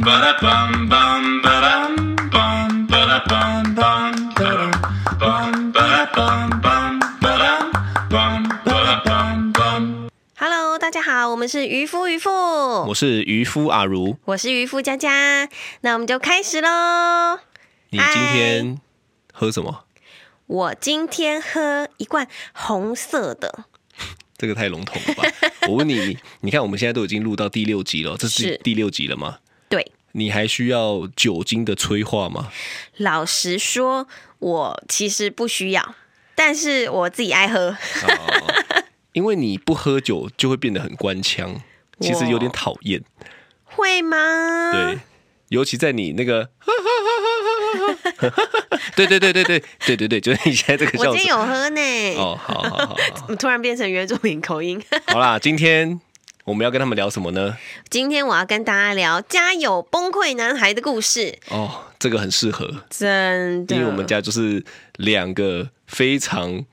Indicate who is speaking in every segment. Speaker 1: Ba-da-bum, bum, ba-dum, bum, ba-da-bum, bum, ba-dum, bum, ba-da-bum, bum, ba-dum, bum, ba-da-bum, bum.
Speaker 2: Hello，大家好，我们是渔夫渔妇，我
Speaker 3: 我是渔夫阿如，
Speaker 2: 是渔夫佳佳，那我们就开始喽。
Speaker 3: 你今天喝什么？
Speaker 2: 我今天喝一罐红色的，
Speaker 3: 这个太笼统了吧！我问你，你你看，我们现在都已经录到第六集了，这
Speaker 2: 是
Speaker 3: 是第六集了吗？
Speaker 2: 对，
Speaker 3: 你还需要酒精的催化吗？
Speaker 2: 老实说，我其实不需要，但是我自己爱喝。
Speaker 3: 因为你不喝酒就会变得很官腔，其实有点讨厌。
Speaker 2: 会吗？
Speaker 3: 对，，尤其在你那个，对对对对对对对对，就是你现在这个
Speaker 2: 我
Speaker 3: 笑
Speaker 2: 今天
Speaker 3: 声。
Speaker 2: 有喝呢。
Speaker 3: 哦，好好好好，
Speaker 2: 怎么突然变成原住民口音？
Speaker 3: 好啦，今天我们要跟他们聊什么呢？
Speaker 2: 今天我要跟大家聊家有崩溃男孩的故事，
Speaker 3: 哦，这个很适合，
Speaker 2: 真的。
Speaker 3: 因为我们家就是两个非常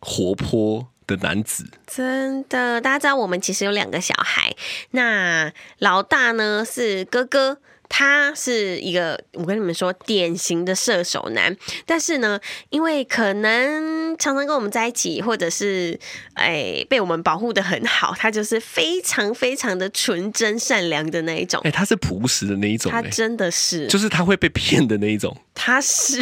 Speaker 3: 活泼的男子，
Speaker 2: 真的，大家知道我们其实有两个小孩，那老大呢是哥哥。他是一个，我跟你们说，典型的射手男。但是呢，因为可能常常跟我们在一起，或者是哎被我们保护的很好，他就是非常非常的纯真善良的那一种
Speaker 3: 哎、。他是朴实的那一种、
Speaker 2: 他
Speaker 3: 哎，
Speaker 2: 真的是，
Speaker 3: 就是他会被骗的那一 种。
Speaker 2: 他是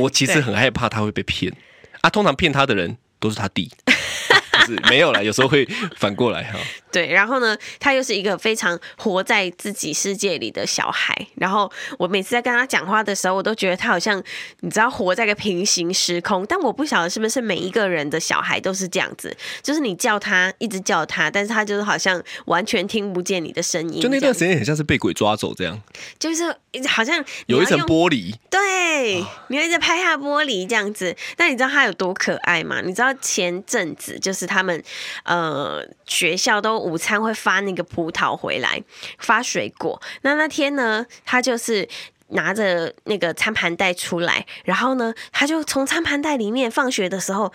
Speaker 3: 我其实
Speaker 2: 对
Speaker 3: 很害怕他会被骗啊，通常骗他的人都是他弟， 不是没有啦，有时候会反过来哈。
Speaker 2: 对，然后呢，他又是一个非常活在自己世界里的小孩。然后我每次在跟他讲话的时候，我都觉得他好像你知道活在一个平行时空，但我不晓得是不是每一个人的小孩都是这样子，就是你叫他一直叫他，但是他就是好像完全听不见你的声音这样，
Speaker 3: 就那段时间很像是被鬼抓走这样，
Speaker 2: 就是好像你
Speaker 3: 有一
Speaker 2: 要
Speaker 3: 层
Speaker 2: 用
Speaker 3: 玻璃，
Speaker 2: 对，你会一直拍他玻璃这样子。但你知道他有多可爱吗？你知道前阵子就是他们呃学校都午餐会发那个葡萄回来，发水果。那那天呢，他就是。拿着那个餐盘袋出来，然后呢，他就从餐盘袋里面，放学的时候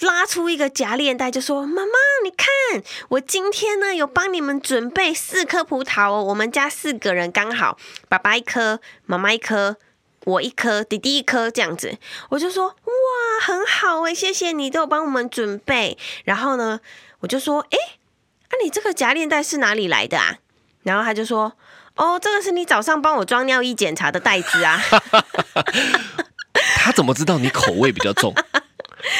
Speaker 2: 拉出一个夹链袋，就说：“妈妈，你看，我今天呢有帮你们准备四颗葡萄哦，我们家四个人刚好，爸爸一颗，妈妈一颗。”我一颗，弟弟一颗，这样子，我就说哇，很好哎，谢谢你都有帮我们准备。然后呢，我就说，哎、那、你这个夹链袋是哪里来的啊？然后他就说，哦，这个是你早上帮我装尿液检查的袋子 啊。
Speaker 3: 他怎么知道你口味比较重？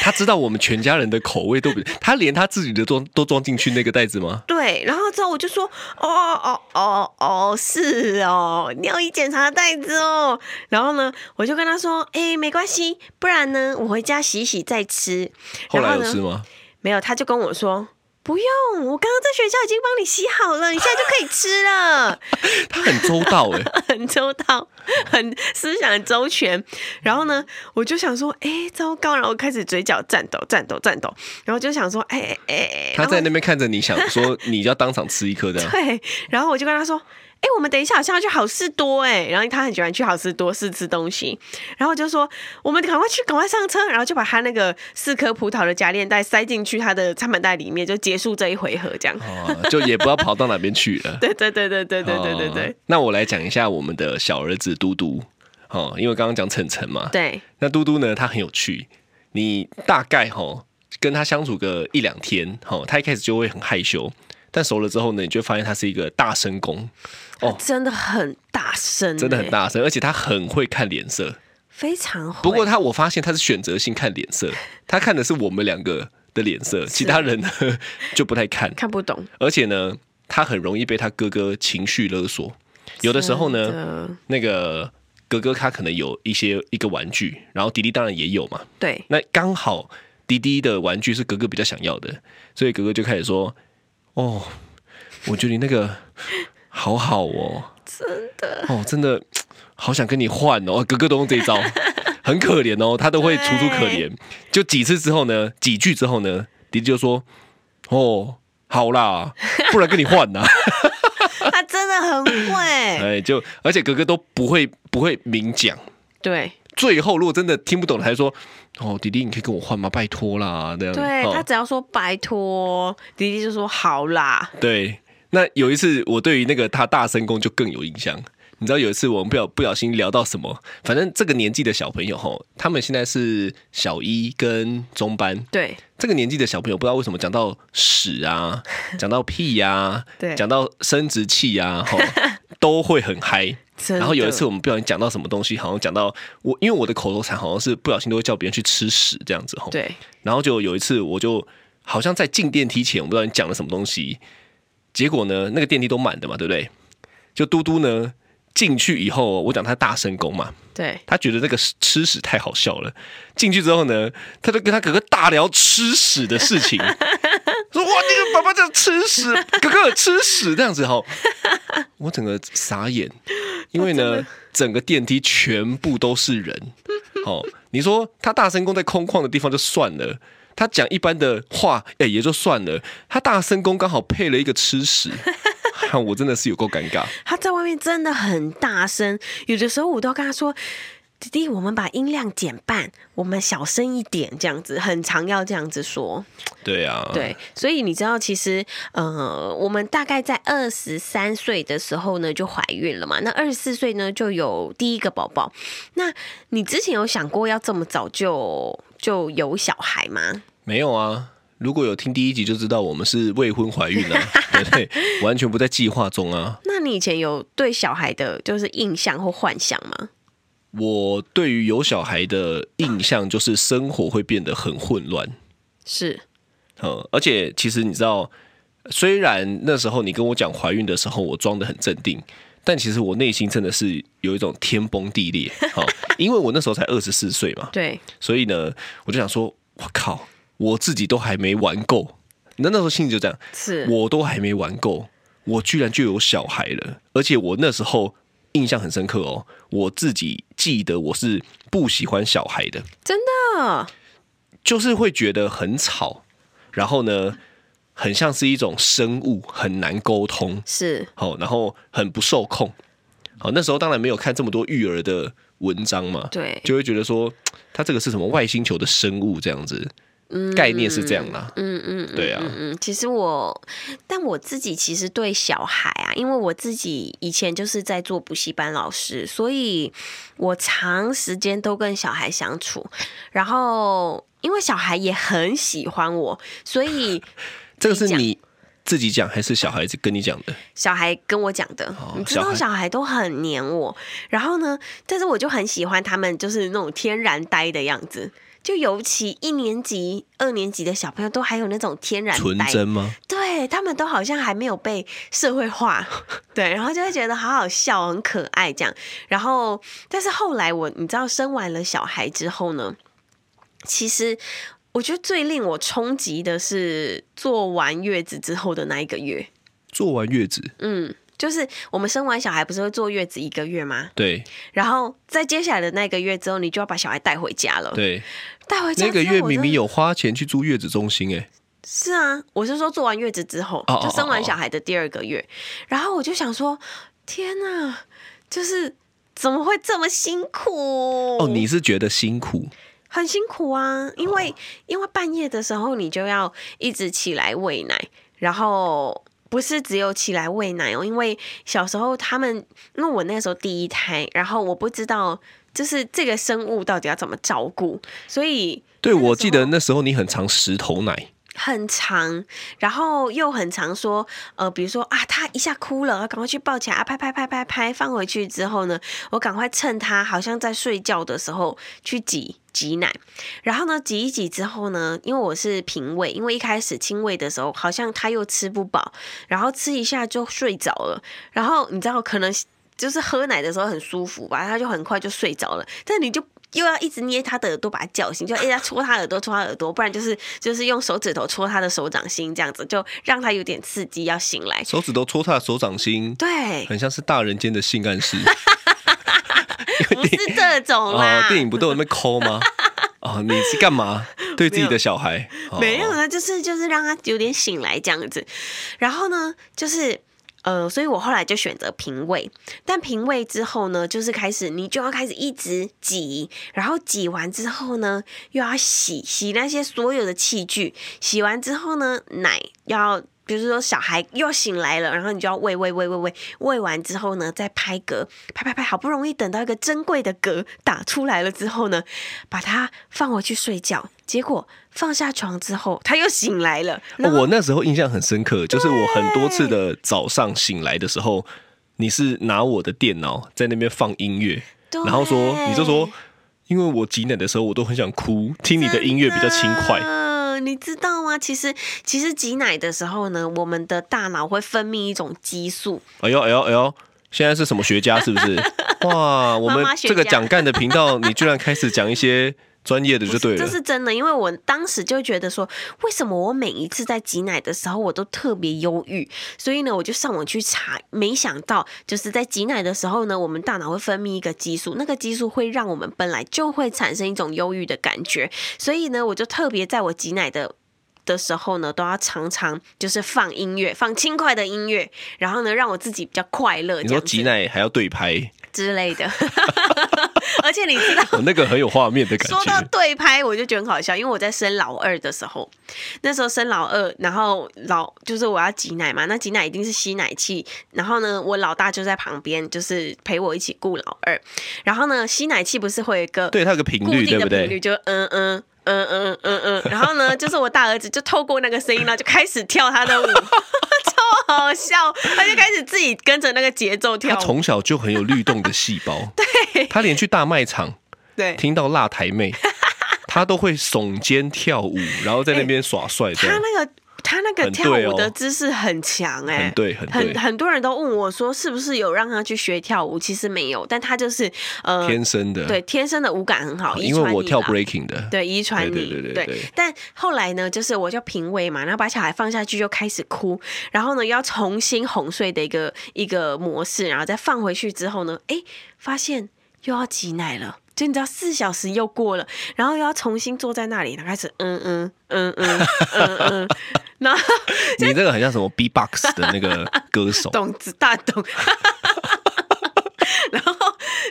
Speaker 3: 他知道我们全家人的口味都比，他连他自己的装都装进去那个袋子吗？
Speaker 2: 对，然后之后我就说，哦哦哦哦，是哦，尿液检查的袋子哦。然后呢，我就跟他说，哎，没关系，不然呢，我回家洗洗再吃。
Speaker 3: 后来
Speaker 2: 然
Speaker 3: 有
Speaker 2: 呢
Speaker 3: 吃吗？
Speaker 2: 没有，他就跟我说。不用，我刚刚在学校已经帮你洗好了，你现在就可以吃了，
Speaker 3: 他很周到哎、
Speaker 2: 很周到，很思想很周全。然后呢，我就想说，哎，糟糕！然后我开始嘴角颤抖、颤抖、颤抖，然后就想说，哎哎哎哎，
Speaker 3: 他
Speaker 2: 然后
Speaker 3: 在那边看着你，想 说你要当场吃一颗这样。
Speaker 2: 对，然后我就跟他说：“哎、我们等一下好像要去好事多哎、然后他很喜欢去好事多试吃东西，然后我就说：“我们赶快去，赶快上车。”然后就把他那个四颗葡萄的夹链袋塞进去他的餐盘袋里面，就结束这一回合这样。。
Speaker 3: 哦，就也不知道跑到哪边去了
Speaker 2: 对对对对对对对对
Speaker 3: 哦
Speaker 2: 对
Speaker 3: 那我来讲一下我们的小儿子嘟嘟。哦，因为刚刚讲晨晨嘛，
Speaker 2: 对，
Speaker 3: 那嘟嘟呢，他很有趣。你大概哈、哦、跟他相处个一两天，哦，他一开始就会很害羞，但熟了之后呢，你就会发现他是一个大声公，哦
Speaker 2: 真的很大声、欸
Speaker 3: 真的很，大声，而且他很会看脸色。
Speaker 2: 非常会。
Speaker 3: 不过他我发现他是选择性看脸色，他看的是我们两个的脸色，其他人呢 就不太看。
Speaker 2: 看不懂，
Speaker 3: 而且呢，他很容易被他哥哥情绪勒索。有的时候
Speaker 2: 真
Speaker 3: 呢，
Speaker 2: 的
Speaker 3: 那个哥哥他可能有一些一个玩具，然后迪迪当然也有嘛。
Speaker 2: 对，
Speaker 3: 那刚好迪迪的玩具是哥哥比较想要的，所以哥哥就开始说：“哦，我觉得你那个好好哦，
Speaker 2: 真的
Speaker 3: 哦，真的好想跟你换哦。”哥哥都用这 一招，很可怜哦，他都会楚楚可怜。就几次之后呢，几句之后呢，迪迪就说：“哦，好啦，不然跟 你换呐、
Speaker 2: 他真的很 会，
Speaker 3: 哎，就而且哥哥都不会不会明讲。
Speaker 2: 对
Speaker 3: 最后，如果真的听不懂，还说哦，弟弟，你可以跟我换吗？拜托啦，这样。
Speaker 2: 对，
Speaker 3: 嗯哦
Speaker 2: 他只要说拜托，迪迪就说好啦，
Speaker 3: 对，那有一次，我对于那个他大声公就更有印象。你知道有一次我们不小不小心聊到什么，反正这个年纪的小朋友吼，他们现在是小一跟中班，
Speaker 2: 对
Speaker 3: 这个年纪的小朋友不知道为什么讲到屎啊，讲到屁呀、啊，
Speaker 2: 对
Speaker 3: 讲到生殖器呀、啊，吼，都会很嗨。
Speaker 2: 真的
Speaker 3: 然后有一次我们不小心讲到什么东西，好像讲到我，因为我的口头禅好像是不小心都会叫别人去吃屎这样子吼。
Speaker 2: 对，
Speaker 3: 然后就有一次，我就好像在进电梯前，我不知道你讲了什么东西，结果呢，那个电梯都满的嘛，对不对？就嘟嘟呢进去以后，我讲他大声公嘛，
Speaker 2: 对，
Speaker 3: 他觉得这个吃屎太好笑了。进去之后呢，他就跟他哥哥大聊吃屎的事情，说哇，那个爸爸叫吃屎，哥哥吃屎这样子哈，哦我整个傻眼，因为呢，整个电梯全部都是人。哦，你说他大声公在空旷的地方就算了。他讲一般的话，哎、也就算了。他大声公刚好配了一个吃屎，哈我真的是有够尴尬。
Speaker 2: 他在外面真的很大声，有的时候我都要跟他说。弟弟，我们把音量减半，我们小声一点，这样子，很常要这样子说。
Speaker 3: 对啊，
Speaker 2: 对，所以你知道，其实呃，我们大概在二十三岁的时候呢，就怀孕了嘛。那二十四岁呢，就有第一个宝宝。那你之前有想过要这么早就就有小孩吗？
Speaker 3: 没有啊，如果有听第一集就知道我们是未婚怀孕啊，对不对？完全不在计划中啊。
Speaker 2: 那你以前有对小孩的就是印象或幻想吗？
Speaker 3: 我对于有小孩的印象就是生活会变得很混乱，
Speaker 2: 是，
Speaker 3: 嗯，而且其实你知道，虽然那时候你跟我讲怀孕的时候，我装的很镇定，但其实我内心真的是有一种天崩地裂，好，因为我那时候才二十四岁嘛，
Speaker 2: 对，
Speaker 3: 所以呢，我就想说，我靠，我自己都还没玩够，那那时候心里就这样，
Speaker 2: 是，
Speaker 3: 我都还没玩够，我居然就有小孩了，而且我那时候印象很深刻哦，我自己记得我是不喜欢小孩的，
Speaker 2: 真的，
Speaker 3: 就是会觉得很吵，然后呢，很像是一种生物，很难沟通，
Speaker 2: 是
Speaker 3: 好、然后很不受控。好，那时候当然没有看这么多育儿的文章嘛，
Speaker 2: 对
Speaker 3: 就会觉得说它这个是什么外星球的生物这样子，概念是这样啦，
Speaker 2: 嗯嗯，嗯
Speaker 3: 对啊
Speaker 2: 嗯嗯，其实我，但我自己其实对小孩啊，因为我自己以前就是在做补习班老师，所以我长时间都跟小孩相处，然后因为小孩也很喜欢我，所以
Speaker 3: 这个是
Speaker 2: 自己讲
Speaker 3: 你自己讲还是小孩子跟你讲的？
Speaker 2: 小孩跟我讲的，
Speaker 3: 哦
Speaker 2: 你知
Speaker 3: 小
Speaker 2: 道
Speaker 3: 孩
Speaker 2: 小孩都很黏我，然后呢，但是我就很喜欢他们就是那种天然呆的样子。就尤其一年级、二年级的小朋友都还有那种天然
Speaker 3: 纯
Speaker 2: 呆，
Speaker 3: 真吗？
Speaker 2: 对他们都好像还没有被社会化， 对，然后就会觉得好好笑，很可爱这样。然后，但是后来我，你知道，生完了小孩之后呢，其实我觉得最令我冲击的是做完月子之后的那一个月，
Speaker 3: 做完月子，
Speaker 2: 嗯。就是我们生完小孩不是会坐月子一个月吗？
Speaker 3: 对
Speaker 2: 然后在接下来的那个月之后，你就要把小孩带回家了。
Speaker 3: 对，
Speaker 2: 带回家
Speaker 3: 那个
Speaker 2: 之后
Speaker 3: 月
Speaker 2: 我
Speaker 3: 明
Speaker 2: 真
Speaker 3: 明
Speaker 2: 的
Speaker 3: 有花钱去住月子中心、哎，
Speaker 2: 是啊，我是说做完月子之后，
Speaker 3: 哦哦
Speaker 2: 就生完小孩的第二个月，然后我就想说，天哪，就是怎么会这么辛苦？
Speaker 3: 哦，你是哦觉得辛苦，
Speaker 2: 很辛苦啊，因为、因为半夜的时候你就要一直起来喂奶，然后不是只有起来喂奶哦，因为小时候他们，因为我那时候第一胎，然后我不知道就是这个生物到底要怎么照顾，所以
Speaker 3: 对
Speaker 2: 那个
Speaker 3: 我
Speaker 2: 时
Speaker 3: 记得
Speaker 2: 候
Speaker 3: 那时候你很常石头奶，
Speaker 2: 很长，然后又很常说，呃，比如说啊，他一下哭了，赶快去抱起来，啊，拍拍拍拍拍，放回去之后呢，我赶快趁他好像在睡觉的时候去挤挤奶，然后呢挤一挤之后呢，因为我是平喂，因为一开始亲喂的时候好像他又吃不饱，然后吃一下就睡着了，然后你知道可能就是喝奶的时候很舒服吧，他就很快就睡着了，但你就。又要一直捏他的耳朵把他叫醒，就一直在戳他耳朵，戳他耳朵，不然就是就是用手指头戳他的手掌心，这样子就让他有点刺激，要醒来。
Speaker 3: 手指头戳他的手掌心，
Speaker 2: 对，
Speaker 3: 很像是大人间的性 暗示
Speaker 2: 不是这种啦，
Speaker 3: 哦。电影不都有那边抠 吗？哦，你是干嘛？对自己的小孩？哦
Speaker 2: 没有啦，就是就是让他有点醒来这样子。然后呢，就是呃，所以我后来就选择平胃，但平胃之后呢，就是开始你就要开始一直挤，然后挤完之后呢，又要洗洗那些所有的器具，洗完之后呢，奶要比如说小孩又醒来了，然后你就要喂喂喂喂喂，喂完之后呢，再拍嗝，拍拍拍，好不容易等到一个珍贵的嗝打出来了之后呢，把它放回去睡觉。结果放下床之后，他又醒来了。然后
Speaker 3: 哦我那时候印象很深刻，就是我很多次的早上醒来的时候，你是拿我的电脑在那边放音乐，
Speaker 2: 对
Speaker 3: 然后说你就说，因为我挤奶的时候我都很想哭，听你的音乐比较轻快。
Speaker 2: 嗯，你知道吗？其实其实挤奶的时候呢，我们的大脑会分泌一种激素，
Speaker 3: 哎呦哎呦哎呦！现在是什么学家？是不 是？哇，我
Speaker 2: 妈
Speaker 3: 们
Speaker 2: 妈学家
Speaker 3: 这个讲干的频道，你居然开始讲一些专业的就对
Speaker 2: 这
Speaker 3: 了。
Speaker 2: 是真的，因为我当时就觉得说，为什么我每一次在挤奶的时候，我都特别忧郁？所以呢，我就上网去查，没想到就是在挤奶的时候呢，我们大脑会分泌一个激素，那个激素会让我们本来就会产生一种忧郁的感觉。所以呢，我就特别在我挤奶的。的时候呢，都要常常就是放音乐，放轻快的音乐，然后呢，让我自己比较快乐。这
Speaker 3: 你说
Speaker 2: 样子
Speaker 3: 挤奶还要对拍，哦
Speaker 2: 之类的， 而且你知道，
Speaker 3: 我那个很有画面的感
Speaker 2: 说到
Speaker 3: 觉。
Speaker 2: 对拍，我就觉得很好笑，因为我在生老二的时候，那时候生老二，然后老就是我要挤奶嘛，那挤奶一定是吸奶器，然后呢，我老大就在旁边，就是陪我一起顾老二，然后呢，吸奶器不是会有一个
Speaker 3: 对，它有个频
Speaker 2: 固
Speaker 3: 率，对
Speaker 2: 定
Speaker 3: 不
Speaker 2: 的频
Speaker 3: 对
Speaker 2: 率，？就嗯嗯。嗯嗯嗯嗯，然后呢，就是我大儿子就透过那个声音呢，然后就开始跳他的舞， 超好笑，他就开始自己跟着那个节奏
Speaker 3: 他
Speaker 2: 跳舞，
Speaker 3: 从小就很有律动的细 胞。对，他连去大卖场
Speaker 2: 对，
Speaker 3: 听到辣 台妹，他都会耸肩跳舞，然后在那边耍帅这
Speaker 2: 他
Speaker 3: 样。
Speaker 2: 那个他那个
Speaker 3: 很
Speaker 2: 跳
Speaker 3: 对
Speaker 2: 舞
Speaker 3: 哦
Speaker 2: 的姿势很强哎、
Speaker 3: 很对很对
Speaker 2: 很很多人都问我说是不是有让他去学跳舞，其实没有，但他就是呃
Speaker 3: 天生的，
Speaker 2: 对天生的舞感很好，遗
Speaker 3: 因为
Speaker 2: 传
Speaker 3: 我
Speaker 2: 你
Speaker 3: 跳
Speaker 2: 啦
Speaker 3: breaking 的，
Speaker 2: 对，遗传
Speaker 3: 对
Speaker 2: 你。
Speaker 3: 对对对对
Speaker 2: 但后来呢，就是我就平胃嘛，然后把小孩放下去就开始哭，然后呢要重新哄睡的一个一个模式，然后再放回去之后呢，哎，发现又要挤奶了。就你知道，四小时又过了，然后又要重新坐在那里，然后开始嗯嗯嗯嗯嗯嗯，然后，
Speaker 3: 你这个很像什么 B-box 的那个歌手
Speaker 2: 懂子大懂。然后，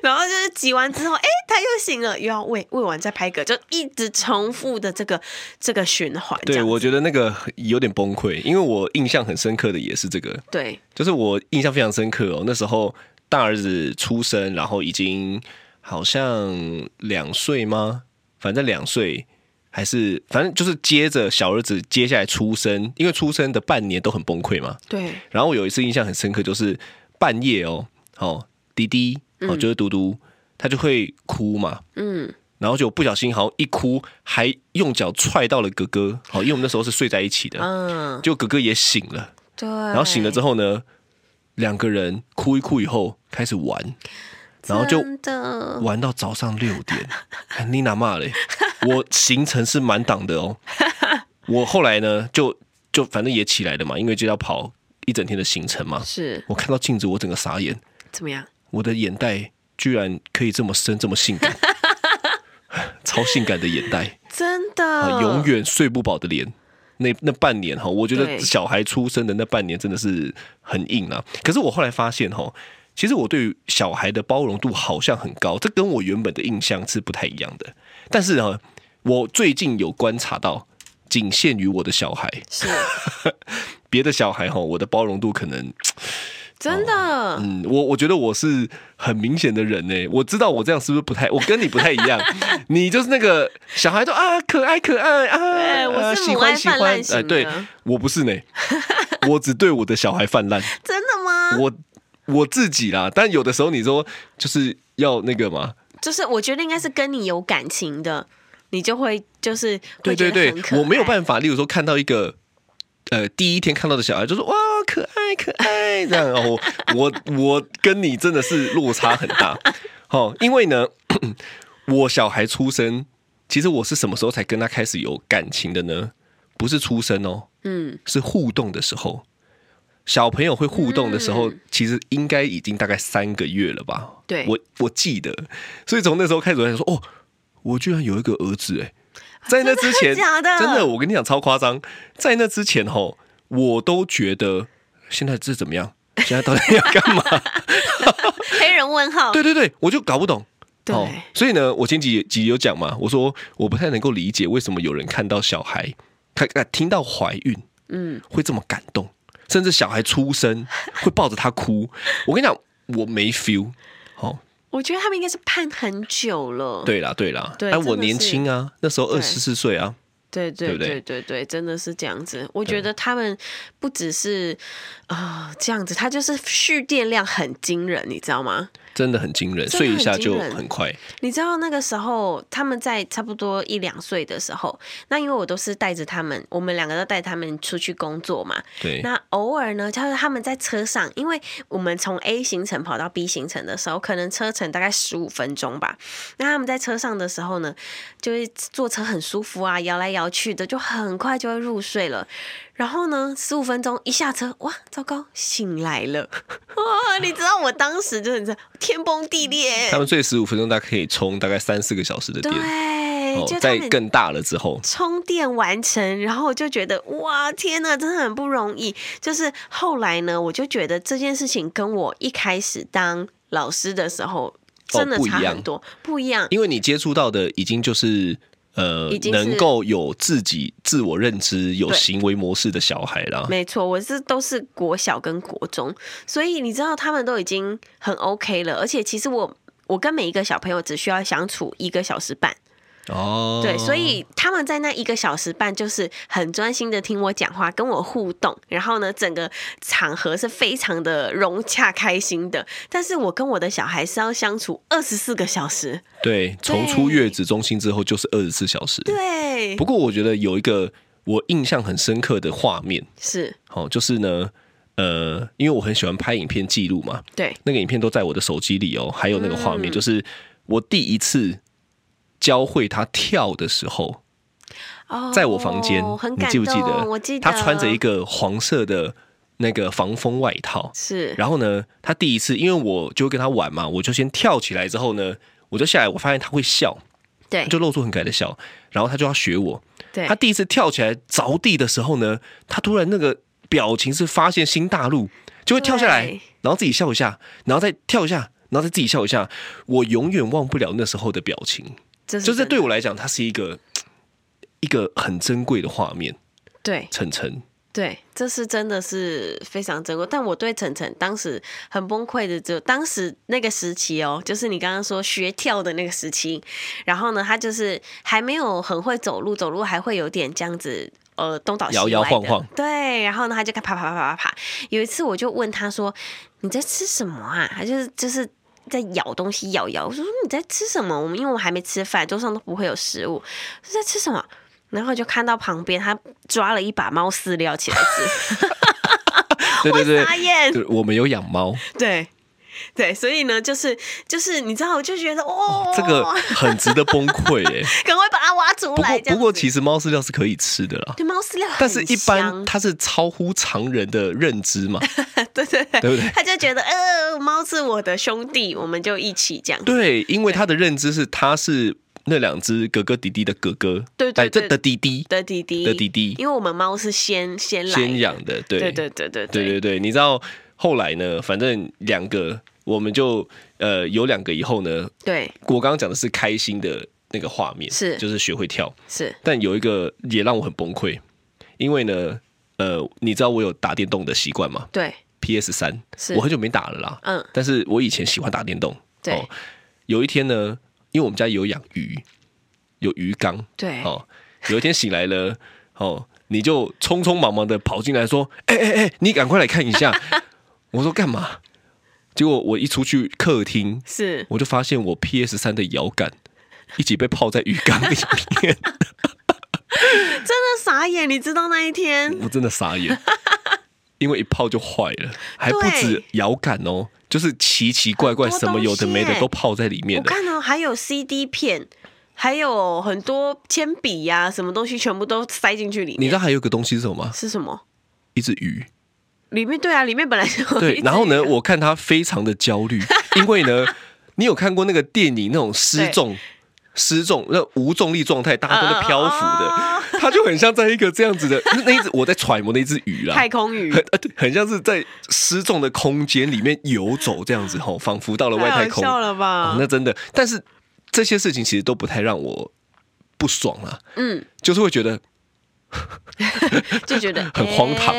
Speaker 2: 然后就是挤完之后，哎，他又醒了，又要喂，喂完再拍嗝，就一直重复的这个这个循环。这
Speaker 3: 对，
Speaker 2: 样
Speaker 3: 我
Speaker 2: 子
Speaker 3: 觉得那个有点崩溃，因为我印象很深刻的也是这个，
Speaker 2: 对
Speaker 3: 就是我印象非常深刻哦。那时候大儿子出生，然后已经好像两岁吗？反正两岁还是反正就是接着小儿子接下来出生，因为出生的半年都很崩溃嘛。
Speaker 2: 对
Speaker 3: 然后我有一次印象很深刻，就是半夜哦，哦，滴滴哦，就是嘟嘟，他就会哭嘛，
Speaker 2: 嗯，
Speaker 3: 然后就不小心好像一哭，还用脚踹到了哥哥，好，因为我们那时候是睡在一起的，
Speaker 2: 嗯，
Speaker 3: 就哥哥也醒了，
Speaker 2: 对。
Speaker 3: 然
Speaker 2: 然
Speaker 3: 后醒了之后呢，两个人哭一哭以后开始玩，然后就
Speaker 2: 真的
Speaker 3: 玩到早上六点，哎妮娜骂嘞，我行程是满档的哦，我后来呢就就反正也起来了嘛，因为就要跑一整天的行程嘛，
Speaker 2: 是
Speaker 3: 我看到镜子我整个傻眼，
Speaker 2: 怎么样？
Speaker 3: 我的眼袋居然可以这么深这么性感，超性感的眼袋。
Speaker 2: 真
Speaker 3: 啊，
Speaker 2: 的，
Speaker 3: 永远睡不饱的脸。那那半年哈，我觉
Speaker 2: 对
Speaker 3: 得小孩出生的那半年真的是很硬啊。可是我后来发现哈，其实我对于小孩的包容度好像很高，这跟我原本的印象是不太一样的。但是呢，我最近有观察到，仅限于我的小孩，
Speaker 2: 是
Speaker 3: 别的小孩哈，我的包容度可能，
Speaker 2: 真的，
Speaker 3: 嗯，我我觉得我是很明显的人呢、我知道我这样是不是不太，我跟你不太一 样，你就是那个小孩都啊可爱可爱啊，
Speaker 2: 对我是母
Speaker 3: 啊喜欢
Speaker 2: 爱
Speaker 3: 喜
Speaker 2: 泛
Speaker 3: 欢
Speaker 2: 滥，型的
Speaker 3: 对我不是呢，我只对我的小孩泛滥，
Speaker 2: 真的吗？
Speaker 3: 我我自己啦。但有的时候你说就是要那个嘛，
Speaker 2: 就是我觉得应该是跟你有感情的，你就会就是
Speaker 3: 对对对，我没有
Speaker 2: 法。
Speaker 3: 办法。例如说看到一个。呃，第一天看到的小孩就说哇，可爱可爱这样哦，我我我跟你真的是落差很大，哦，因为呢，我小孩出生，其实我是什么时候才跟他开始有感情的呢？不是出生哦，
Speaker 2: 嗯，
Speaker 3: 是互动的时候。小朋友会互动的时候，
Speaker 2: 嗯
Speaker 3: 其实应该已经大概三个月了吧？
Speaker 2: 对
Speaker 3: 我我记得，所以从那时候开始，我想说，哦，我居然有一个儿子哎、在那之前，
Speaker 2: 啊真的假的
Speaker 3: 真的我跟你讲超夸张，在那之前吼，我都觉得现在这怎么样？现在到底 要干嘛？
Speaker 2: 黑人问号，
Speaker 3: 对对对，我就搞不懂。
Speaker 2: 对
Speaker 3: 所以呢，我前几集有讲嘛，我说我不太能够理解为什么有人看到小孩，看啊听到怀孕，嗯，会这么感动，甚至小孩出生会抱着他哭。我跟你讲，我没 feel。哦，
Speaker 2: 我觉得他们应该是盼很久了。
Speaker 3: 对啦，对啦，
Speaker 2: 哦对
Speaker 3: 哎，
Speaker 2: 真的
Speaker 3: 我
Speaker 2: 是
Speaker 3: 年轻啊，那时候
Speaker 2: 对
Speaker 3: 二十四岁啊，
Speaker 2: 对对
Speaker 3: 对不对
Speaker 2: 对对对，真的是这样子。我觉得他们不只是啊、呃这样子，他就是蓄电量很惊人，你知道吗？
Speaker 3: 真的很惊人，
Speaker 2: 真的
Speaker 3: 睡一下
Speaker 2: 很
Speaker 3: 就
Speaker 2: 惊人
Speaker 3: 很快。
Speaker 2: 你知道那个时候他们在差不多一两岁的时候，那因为我都是带着他们，我们两个都带他们出去工作嘛。
Speaker 3: 对，
Speaker 2: 那偶尔呢，就是他们在车上，因为我们从 A 行程跑到 B 行程的时候，可能车程大概十五分钟吧。那他们在车上的时候呢，就会坐车很舒服啊，摇来摇去的，就很快就会入睡了。然后呢，十五分钟一下车，哇，糟糕，醒来了！ 哇，你知道我当时就是这天崩地裂
Speaker 3: 他，们睡十五分钟，大概可以充大概三四个小时的电。
Speaker 2: 对，就他
Speaker 3: 哦，在
Speaker 2: 们
Speaker 3: 更大了之后，
Speaker 2: 充电完成，然后我就觉得哇，天呐，真的很不容易。就是后来呢，我就觉得这件事情跟我一开始当老师的时候真的
Speaker 3: 哦不一
Speaker 2: 差
Speaker 3: 样
Speaker 2: 很多，不一样。
Speaker 3: 因为你接触到的已经就是呃
Speaker 2: 已，经是
Speaker 3: 能够有自己自我认知、有
Speaker 2: 对
Speaker 3: 行为模式的小孩啦。
Speaker 2: 没错，我是都是国小跟国中，所以你知道他们都已经很 OK 了，而且其实我。我跟每一个小朋友只需要相处一个小时半，
Speaker 3: 哦，
Speaker 2: 对，所以他们在那一个小时半就是很专心的听我讲话，跟我互动，然后呢，整个场合是非常的融洽开心的。但是我跟我的小孩是要相处二十四个小时，
Speaker 3: 对，从出月子中心之后就是二十四小时。
Speaker 2: 对
Speaker 3: 不，过我觉得有一个我印象很深刻的画面，
Speaker 2: 是，
Speaker 3: 哦，就是呢，呃，因为我很喜欢拍影片记录嘛，
Speaker 2: 对，
Speaker 3: 那个影片都在我的手机里哦，还有那个画
Speaker 2: 嗯
Speaker 3: 面，就是我第一次教会他跳的时候，
Speaker 2: 哦，
Speaker 3: 在我房间，
Speaker 2: 很
Speaker 3: 你
Speaker 2: 感
Speaker 3: 记
Speaker 2: 动，
Speaker 3: 不记得？
Speaker 2: 我记得，
Speaker 3: 他穿着一个黄色的那个防风外套，
Speaker 2: 是，
Speaker 3: 然后呢，他第一次，因为我就跟他玩嘛，我就先跳起来之后呢，我就下来，我发现他会笑，
Speaker 2: 对
Speaker 3: 他，就露出很可爱的笑，然后他就要学我。
Speaker 2: 对
Speaker 3: 他，第一次跳起来着地的时候呢，他突然那个表情是发现新大陆，就会跳下来
Speaker 2: 对，
Speaker 3: 然后自己笑一下，然后再跳一下，然后再自己笑一下。我永远忘不了那时候的表情，
Speaker 2: 这是
Speaker 3: 就是
Speaker 2: 真的
Speaker 3: 对我来讲，它是一个一个很珍贵的画面。
Speaker 2: 对
Speaker 3: 晨晨，
Speaker 2: 对，这是真的是非常珍贵。但我对晨晨当时很崩溃的，只有当时那个时期哦，就是你刚刚说学跳的那个时期。然后呢，他就是还没有很会走路，走路还会有点这样子。呃，东倒西
Speaker 3: 摇摇
Speaker 2: 歪的
Speaker 3: 晃晃
Speaker 2: 对，然后呢，他就啪啪啪啪啪啪。有一次，我就问他说：“你在吃什么啊？”他就是就是在咬东西，咬咬。我说：“你在吃什么？”我们因为我们还没吃饭，桌上都不会有食物，是在吃什么？然后就看到旁边他抓了一把猫饲料起来 吃，
Speaker 3: 对对对，
Speaker 2: 傻眼。
Speaker 3: 对我们有养猫，
Speaker 2: 对对，所以呢，就是就是，你知道，我就觉得哦，
Speaker 3: 这个很值得崩溃 哎、
Speaker 2: 赶快把它挖出
Speaker 3: 不
Speaker 2: 来。
Speaker 3: 过
Speaker 2: 这样
Speaker 3: 不过，
Speaker 2: 子
Speaker 3: 其实猫饲料是可以吃的啦。
Speaker 2: 对猫饲料很香，
Speaker 3: 但是，一 般它是超乎常人的认知嘛，
Speaker 2: 对对对，
Speaker 3: 对不对？
Speaker 2: 他就觉得呃，猫是我的兄弟，我们就一起这样。
Speaker 3: 对，因为他的认知是他是那两只哥哥弟弟的哥哥，
Speaker 2: 对对
Speaker 3: 哎这
Speaker 2: 对
Speaker 3: 的弟弟
Speaker 2: 的弟弟
Speaker 3: 的弟弟
Speaker 2: 因为我们猫是先先来的，
Speaker 3: 先养的，对
Speaker 2: 对对对对
Speaker 3: 对对对你知道后来呢，反正两个我们就呃有两个以后呢，
Speaker 2: 对，
Speaker 3: 我刚刚讲的是开心的那个画面，
Speaker 2: 是
Speaker 3: 就是学会跳，
Speaker 2: 是
Speaker 3: 但有一个也让我很崩溃，因为呢，呃，你知道我有打电动的习惯吗
Speaker 2: 对，
Speaker 3: ？PS 三，
Speaker 2: 是
Speaker 3: 我很久没打了啦，
Speaker 2: 嗯，
Speaker 3: 但是我以前喜欢打电动。
Speaker 2: 对
Speaker 3: 哦，有一天呢，因为我们家有养鱼，有鱼缸，
Speaker 2: 对
Speaker 3: 哦，有一天醒来了， 哦，你就匆匆忙忙的跑进来说：“哎哎哎，你赶快来看 一下。”我说干嘛？结果我一出去客厅，
Speaker 2: 是
Speaker 3: 我就发现我 PS 三的摇杆一起被泡在鱼缸里面，
Speaker 2: 真的傻眼，你知道那一天
Speaker 3: 我真的傻 眼，因为一泡就坏了，还不止摇杆哦，就是奇奇怪怪
Speaker 2: 很多
Speaker 3: 什么有的
Speaker 2: 东西
Speaker 3: 没的
Speaker 2: 耶
Speaker 3: 都泡在里面
Speaker 2: 我
Speaker 3: 了。
Speaker 2: 看到还有 CD 片，还有很多铅笔呀、什么东西，全部都塞进去里
Speaker 3: 你
Speaker 2: 面。
Speaker 3: 知道还有一个东西是什么吗？
Speaker 2: 是什么？一
Speaker 3: 一只鱼。
Speaker 2: 里面对啊，里面本来就有一
Speaker 3: 对，
Speaker 2: 只
Speaker 3: 然后呢，
Speaker 2: 鱼
Speaker 3: 我看他非常的焦 虑，因为呢，你有看过那个电影那种失重、失重那无重力状态，大家都在漂浮
Speaker 2: 啊
Speaker 3: 的，他就很像在一个这样 子的那那一只我在揣摩那一只鱼啦，
Speaker 2: 太空鱼
Speaker 3: 很呃对很像是在失重的空间里面游走这样子吼，仿佛到 了外太空。
Speaker 2: 太好笑了吧
Speaker 3: 哦那真的，但是这些事情其实都不太让我不爽啊，
Speaker 2: 嗯，
Speaker 3: 就是会觉得
Speaker 2: 就觉得
Speaker 3: 很荒唐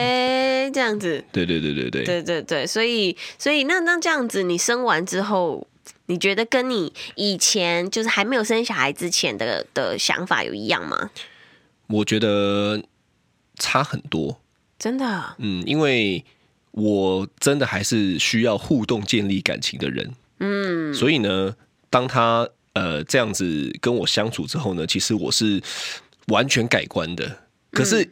Speaker 2: 哎、这样子，
Speaker 3: 对对对对对，
Speaker 2: 对对对，所以所以那那这样子，你生完之后，你觉得跟你以前就是还没有生小孩之前的的想法有一样吗？
Speaker 3: 我觉得差很多。
Speaker 2: 真的，啊
Speaker 3: 嗯，因为我真的还是需要互动建立感情的人。嗯，所以呢，当他呃这样子跟我相处之后呢，其实我是完全改观的。可是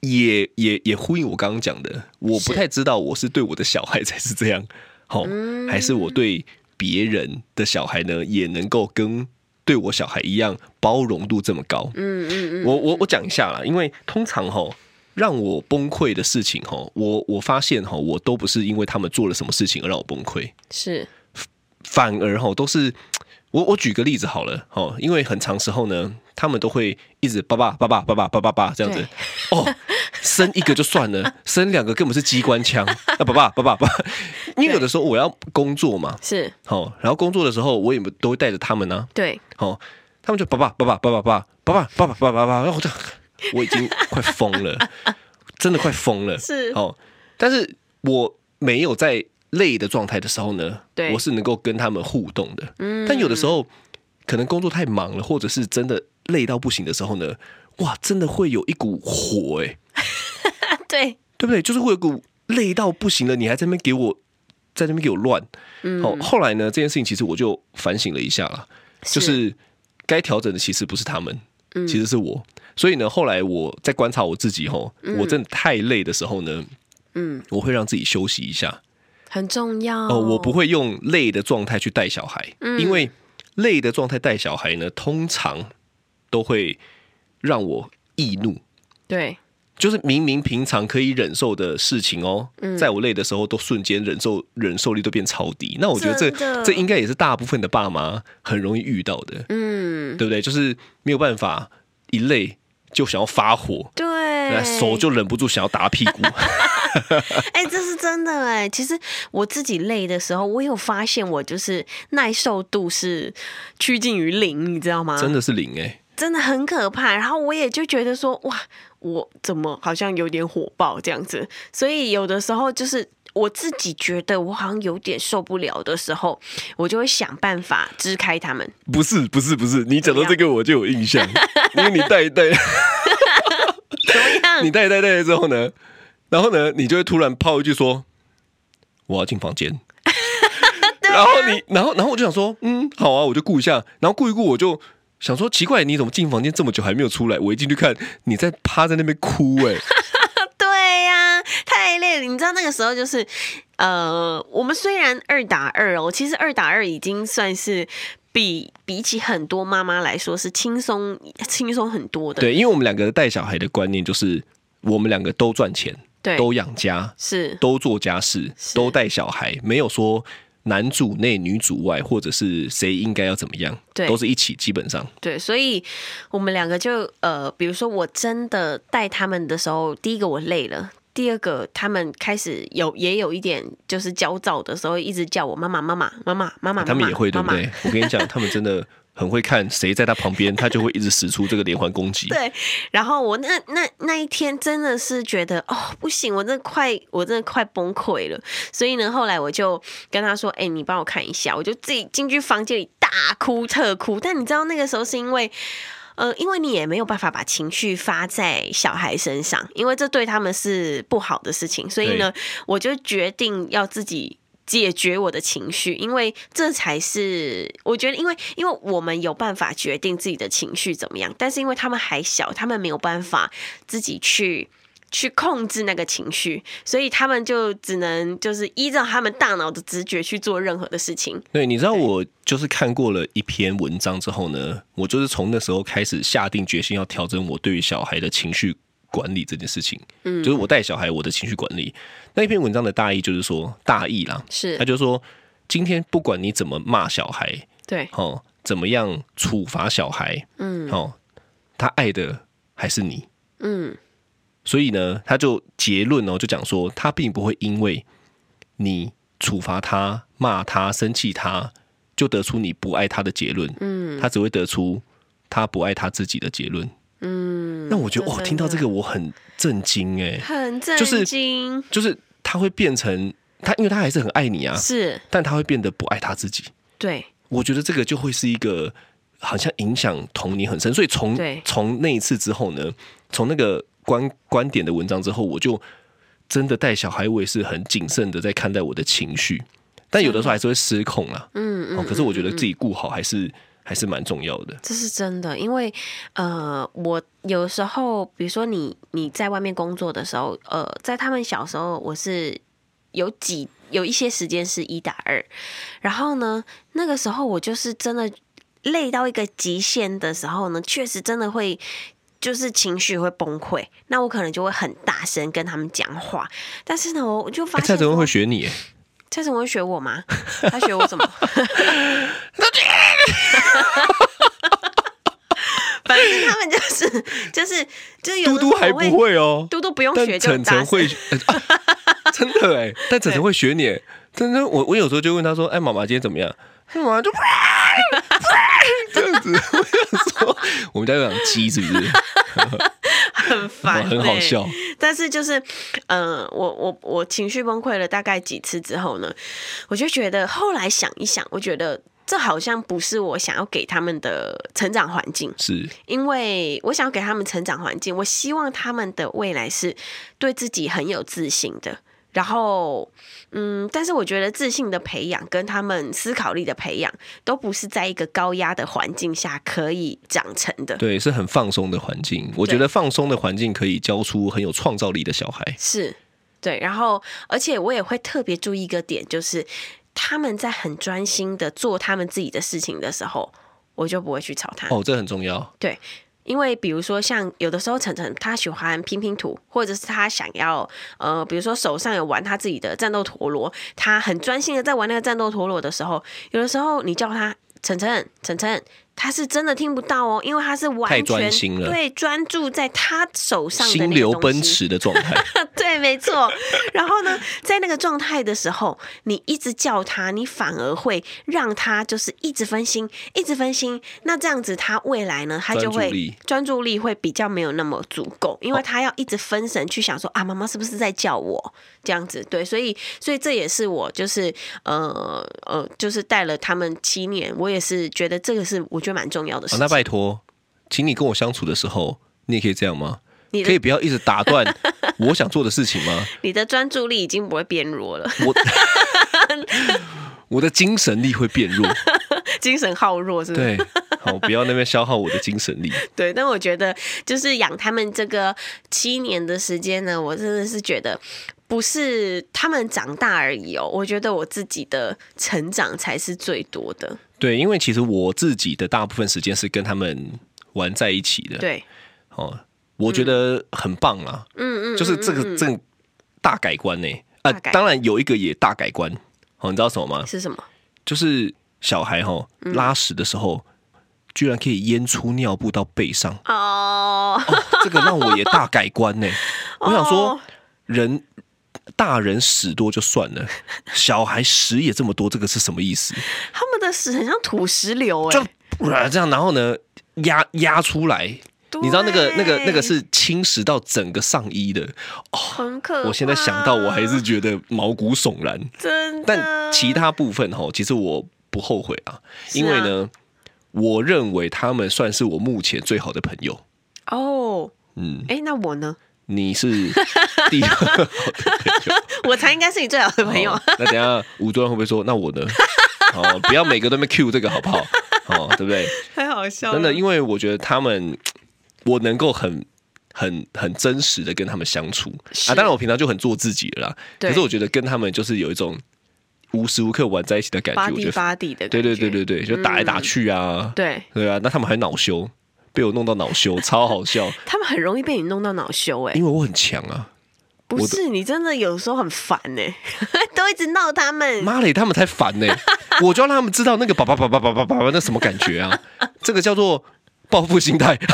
Speaker 3: 也、也也呼应我刚刚讲的，我
Speaker 2: 是
Speaker 3: 不太知道我是对我的小孩才是这样，好、 还是我对别人的小孩呢也能够跟对我小孩一样包容度这么高。
Speaker 2: 嗯嗯嗯，
Speaker 3: 我我我讲一下啦，因为通常吼让我崩溃的事情吼，我我发现吼，我都不是因为他们做了什么事情而让我崩溃，
Speaker 2: 是
Speaker 3: 反而吼都是我我举个例子好了吼，因为很长时候呢，他们都会一直叭叭叭叭叭叭叭叭叭这样子
Speaker 2: 对，
Speaker 3: 哦，生一个就算 了，生两个根本是机关枪，啊叭叭叭叭叭，因为有的时候我要工作嘛，
Speaker 2: 是，
Speaker 3: 好，然后工作的时候我也都会带着他们呢、
Speaker 2: 对，
Speaker 3: 哦，他们就爸爸爸爸爸爸爸爸爸爸爸爸爸爸，然后我就 我已经快疯了， 真的快疯了。
Speaker 2: 是
Speaker 3: 哦，但是我没有在累的状态的时候呢，
Speaker 2: 对
Speaker 3: 我是能够跟他们互动的。嗯，但有的时候可能工作太忙了，或者是真的累到不行的时候呢，哇，真的会有一股火哎、
Speaker 2: 啊， 对，
Speaker 3: 对不对？就是会有股累到不行了，你还在那边给我在那边给我乱。哦，后来呢，这件事情其实我就反省了一下啦，就是嗯该调整的其实不是他们，其实是我。所以呢，后来我在观察我自己吼，我真的太累的时候呢，
Speaker 2: 嗯，
Speaker 3: 我会让自己休息一下。
Speaker 2: 很重要。
Speaker 3: 哦，嗯我不，会用累的状态去带小孩，因为累的状态带小孩呢，通常都会让我易怒。
Speaker 2: 对，
Speaker 3: 就是明明平常可以忍受的事情哦，
Speaker 2: 嗯
Speaker 3: 在我累的时候都瞬间忍受忍受力都变超低。那我觉得这
Speaker 2: 真的
Speaker 3: 这应该也是大部分的爸妈很容易遇到的，
Speaker 2: 嗯，
Speaker 3: 对不对？就是没有办法一累就想要发火，那
Speaker 2: 对，
Speaker 3: 手就忍不住想要打屁股。
Speaker 2: 哎、这是真的哎、其实我自己累的时候，我有发现我就是耐受度是趋近于零，你知道吗？
Speaker 3: 真的是零哎、
Speaker 2: 真的很可怕。然后我也就觉得说，哇，我怎么好像有点火爆这样子？所以有的时候就是我自己觉得我好像有点受不了的时候，我就会想办法支开他们。
Speaker 3: 不是不是不是，你讲到这个我就有印象，因为你带一带，你带一带带了之后呢，然后呢，你就会突然抛一句说：“我要进房间。”然后你，然后然后我就想说，嗯，好啊，我就顾一下，然后顾一顾，我就想说，奇怪，你怎么进房间这么久还没有出来？我一进去看，你在趴在那边哭、哎，
Speaker 2: 对呀、太累了。你知道那个时候就是，呃，我们虽然二打二哦，其实二打二已经算是比比起很多妈妈来说是轻松轻松很多的。
Speaker 3: 对，因为我们两个带小孩的观念就是，我们两个都赚钱，
Speaker 2: 对
Speaker 3: 都养家，
Speaker 2: 是
Speaker 3: 都做家事，都带小孩，没有说男主内女主外，或者是谁应该要怎么样，
Speaker 2: 对
Speaker 3: 都是一起，基本上
Speaker 2: 对，所以我们两个就呃，比如说我真的带他们的时候，第一个我累了。第二个，他们开始有也有一点就是焦躁的时候，一直叫我妈妈妈妈妈妈妈妈，
Speaker 3: 哦他们也会，对
Speaker 2: 妈
Speaker 3: 不
Speaker 2: 妈
Speaker 3: 对？我跟你讲，他们真的很会看谁在他旁边，他就会一直使出这个连环攻击。
Speaker 2: 对，然后我那那那一天真的是觉得哦不行，我真的快我真的快崩溃了。所以呢，后来我就跟他说：“哎、你帮我看一下。”我就自己进去房间里大哭特哭。但你知道那个时候是因为。呃，因为你也没有办法把情绪发在小孩身上，因为这对他们是不好的事情，所以呢，我就决定要自己解决我的情绪，因为这才是我觉得，因为因为我们有办法决定自己的情绪怎么样，但是因为他们还小，他们没有办法自己去。去控制那个情绪，所以他们就只能就是依照他们大脑的直觉去做任何的事情。
Speaker 3: 对，你知道我就是看过了一篇文章之后呢，我就是从那时候开始下定决心要调整我对于小孩的情绪管理这件事情。嗯，就是我带小孩我的情绪管理那一篇文章的大意就是说，大意啦，
Speaker 2: 是
Speaker 3: 他就说今天不管你怎么骂小孩，
Speaker 2: 对，
Speaker 3: 哦，怎么样处罚小孩，嗯，哦，他爱的还是你，
Speaker 2: 嗯，
Speaker 3: 所以呢，他就结论哦，就讲说他并不会因为你处罚他、骂他、生气他，就得出你不爱他的结论。嗯，他只会得出他不爱他自己的结论。
Speaker 2: 嗯，
Speaker 3: 那我觉得
Speaker 2: 真
Speaker 3: 哇，
Speaker 2: 的
Speaker 3: 听到这个我很震惊哎、
Speaker 2: 很震
Speaker 3: 就是
Speaker 2: 惊，
Speaker 3: 就是他会变成他，因为他还是很爱你啊，
Speaker 2: 是
Speaker 3: 但他会变得不爱他自己。
Speaker 2: 对，
Speaker 3: 我觉得这个就会是一个好像影响童年很深，所以从
Speaker 2: 对
Speaker 3: 从那一次之后呢，从那个观观点的文章之后，我就真的带小孩，我也是很谨慎的在看待我的情绪，但有的时候还是会失控啦。
Speaker 2: 嗯嗯
Speaker 3: 哦，可是我觉得自己顾好还是还是蛮重要的。
Speaker 2: 这是真的，因为呃，我有时候，比如说你你在外面工作的时候，呃，在他们小时候，我是有几有一些时间是一打二，然后呢，那个时候我就是真的累到一个极限的时候呢，确实真的会。就是情绪会崩溃，那我可能就会很大声跟他们讲话，但是呢，我我就发
Speaker 3: 哎
Speaker 2: 现
Speaker 3: 蔡
Speaker 2: 说、
Speaker 3: 哲文会学你，哎
Speaker 2: 蔡成文学我吗？他学我什 么？ 反正他们就是就是就是有的
Speaker 3: 嘟嘟
Speaker 2: 时候
Speaker 3: 还
Speaker 2: 我会
Speaker 3: 不，会哦，
Speaker 2: 嘟嘟不用
Speaker 3: 但
Speaker 2: 学就
Speaker 3: 晨
Speaker 2: 很
Speaker 3: 晨
Speaker 2: 大
Speaker 3: 会
Speaker 2: 声。
Speaker 3: 学，呃啊真的哎，但晨晨会学你哎。真的，我我有时候就问他说：“哎，妈妈今天怎么样？”他妈妈就这样子， 我想说，我们家有养鸡是不 是？
Speaker 2: 很
Speaker 3: 哇
Speaker 2: 烦、
Speaker 3: 很好
Speaker 2: 欸
Speaker 3: 笑。
Speaker 2: 但是就是，嗯、我我我情绪崩溃了大概几次之后呢，我就觉得后来想一想，我觉得这好像不是我想要给他们的成长环境。
Speaker 3: 是
Speaker 2: 因为我想要给他们成长环境，我希望他们的未来是对自己很有自信的。然后，嗯，但是我觉得自信的培养跟他们思考力的培养，都不是在一个高压的环境下可以长成的。
Speaker 3: 对，是很放松的环境。我
Speaker 2: 对
Speaker 3: 觉得放松的环境可以教出很有创造力的小孩。
Speaker 2: 是，对。然后，而且我也会特别注意一个点，就是他们在很专心的做他们自己的事情的时候，我就不会去吵他。
Speaker 3: 哦，这很重要。
Speaker 2: 对，因为比如说像有的时候晨晨他喜欢拼拼图，或者是他想要呃，比如说手上有玩他自己的战斗陀螺，他很专心的在玩那个战斗陀螺的时候，有的时候你叫他晨晨晨晨。他是真的听不到哦，因为他是
Speaker 3: 太
Speaker 2: 完
Speaker 3: 专
Speaker 2: 全
Speaker 3: 心了
Speaker 2: 对专注在他手上的那
Speaker 3: 心
Speaker 2: 个
Speaker 3: 流
Speaker 2: 东
Speaker 3: 奔
Speaker 2: 西
Speaker 3: 驰的状 态，啊
Speaker 2: 对，没错。然后呢，在那个状态的时候，你一直叫他，你反而会让他就是一直分心，一直分心。那这样子，他未来呢，他就
Speaker 3: 专注
Speaker 2: 会
Speaker 3: 力哦
Speaker 2: 专注力会比较没有那么足够，因为他要一直分神去想说啊，妈妈是不是在叫我这样子？对，所以所以这也是我就是呃呃，就是带了他们七年，我也是觉得这个是我觉得蛮重要的事
Speaker 3: 哦
Speaker 2: 情。
Speaker 3: 那拜托，请你跟我相处的时候，你也可以这样吗？
Speaker 2: 你
Speaker 3: 可以
Speaker 2: 的
Speaker 3: 不要一直打断我想做的事情吗？
Speaker 2: 你的专注力已经不会变弱了，
Speaker 3: 我我的精神力会变弱，
Speaker 2: 精神耗弱是不是？
Speaker 3: 对，好，不要那边消耗我的精神力。
Speaker 2: 对，但我觉得就是养他们这个七年的时间呢，我真的是觉得不是他们长大而已哦，我觉得我自己的成长才是最多的。
Speaker 3: 对，因为其实我自己的大部分时间是跟他们玩在一起的，
Speaker 2: 对，
Speaker 3: 哦，我觉得很棒啦，
Speaker 2: 嗯嗯，
Speaker 3: 就是这
Speaker 2: 嗯
Speaker 3: 个
Speaker 2: 嗯
Speaker 3: 这个大改观呢、啊
Speaker 2: 大，改
Speaker 3: 当然有一个也大改观，哦，你知道什么吗
Speaker 2: 嗯？是什么？
Speaker 3: 就是小孩哈、拉屎的时候，居然可以淹出尿布到背上，
Speaker 2: 哦，
Speaker 3: 哦，这个让我也大改 观呢、我想说
Speaker 2: 哦，
Speaker 3: 人大人屎多就算了，小孩屎也这么多，这个是什么意思？
Speaker 2: 他们的屎很像土石流哎、
Speaker 3: 就啊这样，然后呢，压压出来，你知道那个那个那个
Speaker 2: 对
Speaker 3: 是侵蚀到整个上衣的。
Speaker 2: 很可怕，
Speaker 3: 我现在想到，我还是觉得毛骨悚
Speaker 2: 嗯
Speaker 3: 然。
Speaker 2: 真的，
Speaker 3: 但其他部分哈，其实我不后悔啊，
Speaker 2: 是啊
Speaker 3: 因为呢，我认为他们算是我目前最好的朋友。
Speaker 2: 哦，
Speaker 3: 嗯，
Speaker 2: 哎，那我呢？
Speaker 3: 你是第二好的朋友。
Speaker 2: 我才应该是你最好的朋友
Speaker 3: 哦。那等一下吴端会不会说那我呢？ 哦，不要每个都没 Q 这个好不好？哦，对不对？
Speaker 2: 太好笑了，
Speaker 3: 真的，因为我觉得他们，我能够很。很很真实的跟他们相处啊，
Speaker 2: 是
Speaker 3: 当然我平常就很做自己了啦。
Speaker 2: 对
Speaker 3: 可是我觉得跟他们就是有一种无时无刻玩在一起的感
Speaker 2: 巴
Speaker 3: 觉，我
Speaker 2: 蒂
Speaker 3: 觉得
Speaker 2: 巴蒂的
Speaker 3: 对
Speaker 2: 感觉，嗯
Speaker 3: 对对对对，就打来打去啊，
Speaker 2: 对，
Speaker 3: 对啊，那他们还恼羞，被我弄到恼羞，超好笑，
Speaker 2: 他们很容易被你弄到恼羞哎、
Speaker 3: 因为我很强啊。
Speaker 2: 不
Speaker 3: 我
Speaker 2: 是，你真的有时候很烦呢、 都一直闹他们。
Speaker 3: 妈嘞，他们才烦呢、我就要让他们知道那个爸爸爸爸爸爸爸爸那什么感觉啊？这个叫做报复心态。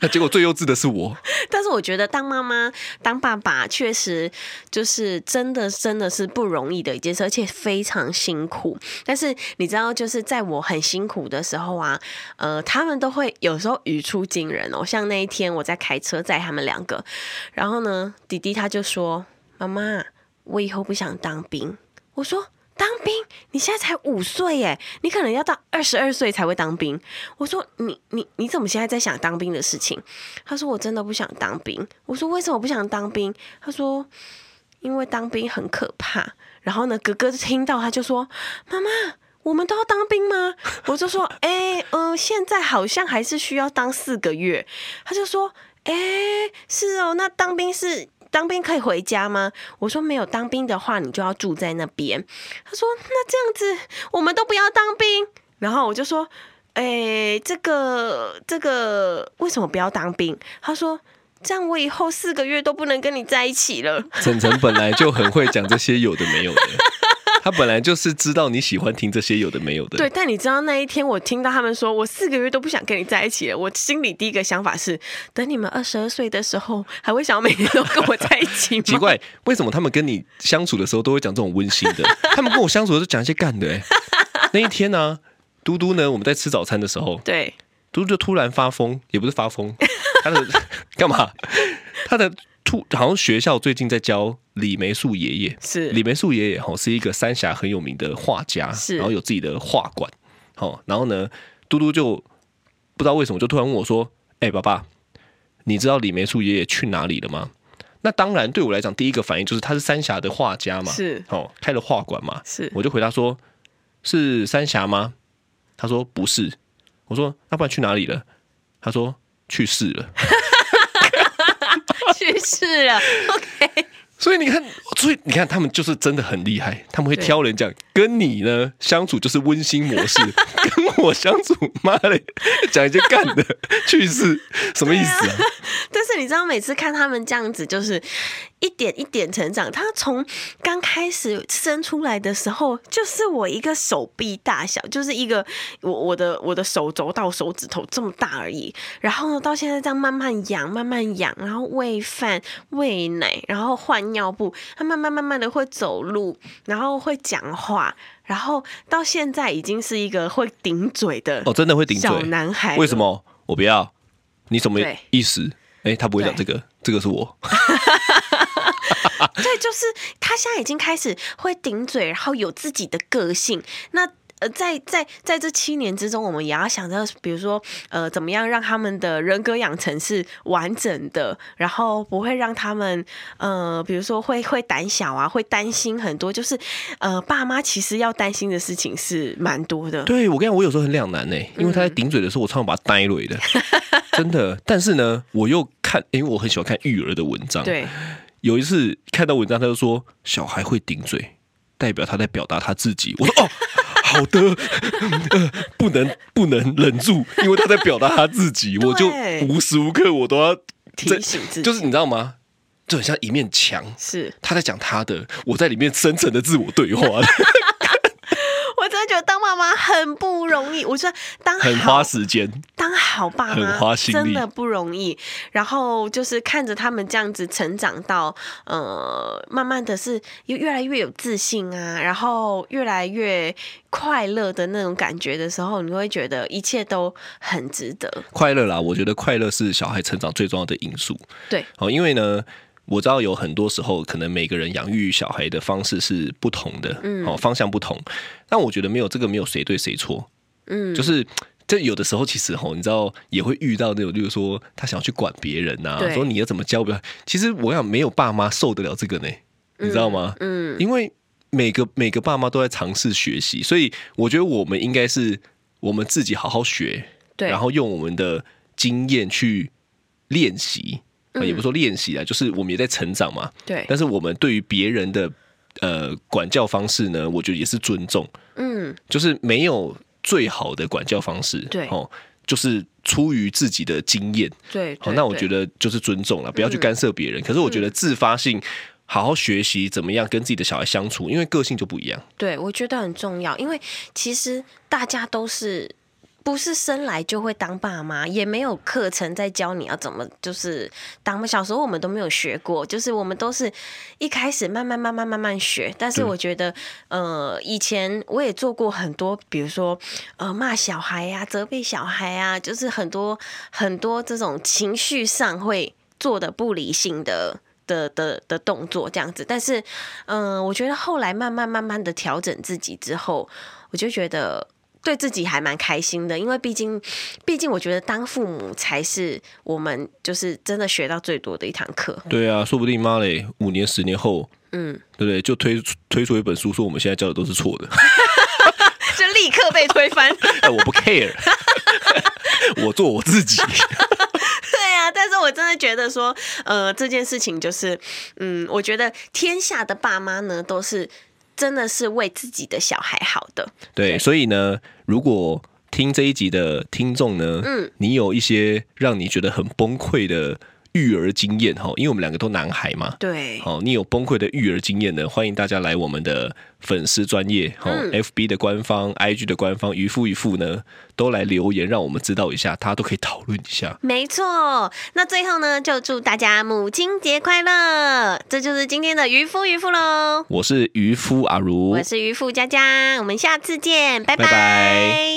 Speaker 3: 那结果最幼稚的是我，
Speaker 2: 但是我觉得当妈妈、当爸爸，确实就是真的真的是不容易的一件事，而且非常辛苦。但是你知道，就是在我很辛苦的时候啊，呃，他们都会有时候语出惊人哦。像那一天我在开车载他们两个，然后呢，弟弟他就说：“妈妈，我以后不想当兵。”我说。当兵？你现在才五岁耶，你可能要到二十二岁才会当兵。我说你你你怎么现在在想当兵的事情？他说我真的不想当兵。我说为什么不想当兵？他说因为当兵很可怕。然后呢，哥哥听到他就说妈妈。我们都要当兵吗？ 我就说，哎、嗯、现在好像还是需要当四个月。他就说，哎、是哦，那当兵是当兵可以回家吗？我说没有当兵的话，你就要住在那边。他说那这样子我们都不要当兵。然后我就说，哎、这个这个为什么不要当兵？他说这样我以后四个月都不能跟你在一起了。
Speaker 3: 晨晨本来就很会讲这些有的没有的，他本来就是知道你喜欢听这些有的没有的。
Speaker 2: 对，，但你知道那一天我听到他们说我四个月都不想跟你在一起了，我心里第一个想法是，等你们二十二岁的时候，还会想要每天都跟我在一起吗？
Speaker 3: 奇，怪，为什么他们跟你相处的时候都会讲这种温馨的？他们跟我相处的时候讲一些干的、欸。那一天呢、嘟嘟呢，我们在吃早餐的时候，
Speaker 2: 对，
Speaker 3: 嘟嘟就突然发疯，也不是发疯，他的 干嘛？他的突好像学校最近在教李梅树爷爷，
Speaker 2: 是
Speaker 3: 李梅树爷爷哈是一个三峡很有名的画家，
Speaker 2: 是
Speaker 3: 然后有自己的画馆，好，然后呢，嘟嘟就不知道为什么就突然问我说：“哎、爸爸，你知道李梅树爷爷去哪里了吗？”那当然，对我来讲，第一个反应就是他是三峡的画家嘛，
Speaker 2: 是
Speaker 3: 哦，开了画馆嘛，
Speaker 2: 是
Speaker 3: 我就回答说：“是三峡吗？”他说：“不是。”我说：“那不然去哪里了？”他说：“去世了。
Speaker 2: 去世了。OK，”
Speaker 3: 所以你看，所以你看，他们就是真的很厉害，他们会
Speaker 2: 对
Speaker 3: 挑人讲，跟你呢相处就是温馨模式， 跟我相处，妈的，讲一些干的去世，什么意思啊？
Speaker 2: 但是你知道，每次看他们这样子，就是一点一点成长。他从刚开始生出来的时候，就是我一个手臂大小，就是一个我我的我的手肘到手指头这么大而已。然后呢，到现在这样慢慢养，慢慢养，然后喂饭、喂奶，然后换尿布，他慢慢慢慢的会走路，然后会讲话，然后到现在已经是一个会顶嘴的
Speaker 3: 哦，真的会顶嘴
Speaker 2: 小，男孩。
Speaker 3: 为什？么我不要？你什么
Speaker 2: 啊对
Speaker 3: 意思？哎、他不会讲这
Speaker 2: 对
Speaker 3: 个，这个是我。
Speaker 2: 对，就是他现在已经开始会顶嘴，然后有自己的个性。那呃，在在在这七年之中，我们也要想着，比如说呃，怎么样让他们的人格养成是完整的，然后不会让他们呃，比如说会会胆小啊，会担心很多。就是呃，爸妈其实要担心的事情是蛮多的。
Speaker 3: 对我跟你讲，我有时候很两难呢、因为他
Speaker 2: 嗯
Speaker 3: 在顶嘴的时候，我常常把他呆 蕊的，真的。但是呢，我又看，因为我很喜欢看育儿的文章。，
Speaker 2: 对，
Speaker 3: 有一次看到文章，他就说小孩会顶嘴，代表他在表达他自己。我说哦，好的，呃、不能不能忍住，因为他在表达他自己，我就
Speaker 2: 对
Speaker 3: 无时无刻我都要
Speaker 2: 提
Speaker 3: 这
Speaker 2: 醒自己
Speaker 3: 就是你知道吗？就很像一面墙，
Speaker 2: 是
Speaker 3: 他在讲他的，我在里面深层的自我对话，
Speaker 2: 我真的觉得当妈妈很不容易。我觉得当
Speaker 3: 很
Speaker 2: 好
Speaker 3: 花时间。
Speaker 2: 当好爸
Speaker 3: 很花
Speaker 2: 妈
Speaker 3: 心力
Speaker 2: 真的不容易，然后就是看着他们这样子成长到呃，慢慢的是又越来越有自信啊，然后越来越快乐的那种感觉的时候，你会觉得一切都很值得。
Speaker 3: 快乐啦，我觉得快乐是小孩成长最重要的因素。
Speaker 2: 对，
Speaker 3: 好，因为呢，我知道有很多时候，可能每个人养育小孩的方式是不同的，嗯，好，方向不同。但我觉得没有这个没有谁对谁错，
Speaker 2: 嗯，
Speaker 3: 就是。这有的时候其实吼，你知道也会遇到那种，就是说他想要去管别人呐、
Speaker 2: 对
Speaker 3: 说你要怎么教不要。其实我想没有爸妈受得了这个呢，你知道吗？
Speaker 2: 嗯，
Speaker 3: 因为每个每个爸妈都在尝试学习，所以我觉得我们应该是我们自己好好学，
Speaker 2: 对，
Speaker 3: 然后用我们的经验去练习，呃也不说练习啊，就是我们也在成长嘛。
Speaker 2: 嗯对，
Speaker 3: 但是我们对于别人的呃管教方式呢，我觉得也是尊重，
Speaker 2: 嗯，
Speaker 3: 就是没有最好的管教方式，
Speaker 2: 对
Speaker 3: 哦，就是出于自己的经验。
Speaker 2: 对。
Speaker 3: 好，
Speaker 2: 对
Speaker 3: 哦那我觉
Speaker 2: 对嗯
Speaker 3: 得就是尊重了，不要去干涉别人。可是我觉得自发性。好好学习怎么样跟自己的小孩相处，因为个性就不一样。
Speaker 2: 对，我觉得很重要，因为其实大家都是。不是生来就会当爸妈，也没有课程在教你要怎么就是当。小时候我们都没有学过，就是我们都是一开始慢慢慢慢慢慢学。但是
Speaker 3: 对
Speaker 2: 我觉得，呃，以前我也做过很多，比如说呃骂小孩呀、责备小孩啊，就是很多很多这种情绪上会做的不理性的。的的的动作这样子，但是，嗯、我觉得后来慢慢慢慢的调整自己之后，我就觉得对自己还蛮开心的，因为毕竟，毕竟我觉得当父母才是我们就是真的学到最多的一堂课。
Speaker 3: 对啊，说不定妈嘞，五年十年后，
Speaker 2: 嗯，
Speaker 3: 对不对？就推推出一本书，说我们现在教的都是错的。
Speaker 2: 就立刻被推翻。
Speaker 3: 哎，我不 care，我做我 自己。
Speaker 2: 对啊，但是我真的觉得说，呃，这件事情就是，嗯，我觉得天下的爸妈呢，都是真的是为自己的小孩好的。
Speaker 3: 对，所以呢，如果听这一集的听众呢，
Speaker 2: 嗯，
Speaker 3: 你有一些让你觉得很崩溃的育儿经验哈，因为我们两个都男孩嘛，
Speaker 2: 对，
Speaker 3: 好，你有崩溃的育儿经验呢，欢迎大家来我们的粉丝专业，好、
Speaker 2: 嗯
Speaker 3: f b 的官方、IG 的官方，渔夫渔妇呢都来留言，让我们知道一下，大家都可以讨论一下。
Speaker 2: 没错。那最后呢，就祝大家母亲节快乐！这就是今天的渔夫渔妇
Speaker 3: 哦
Speaker 2: 喽。
Speaker 3: 我是渔夫阿如，
Speaker 2: 我是渔夫佳佳，我们下次见，拜
Speaker 3: 拜拜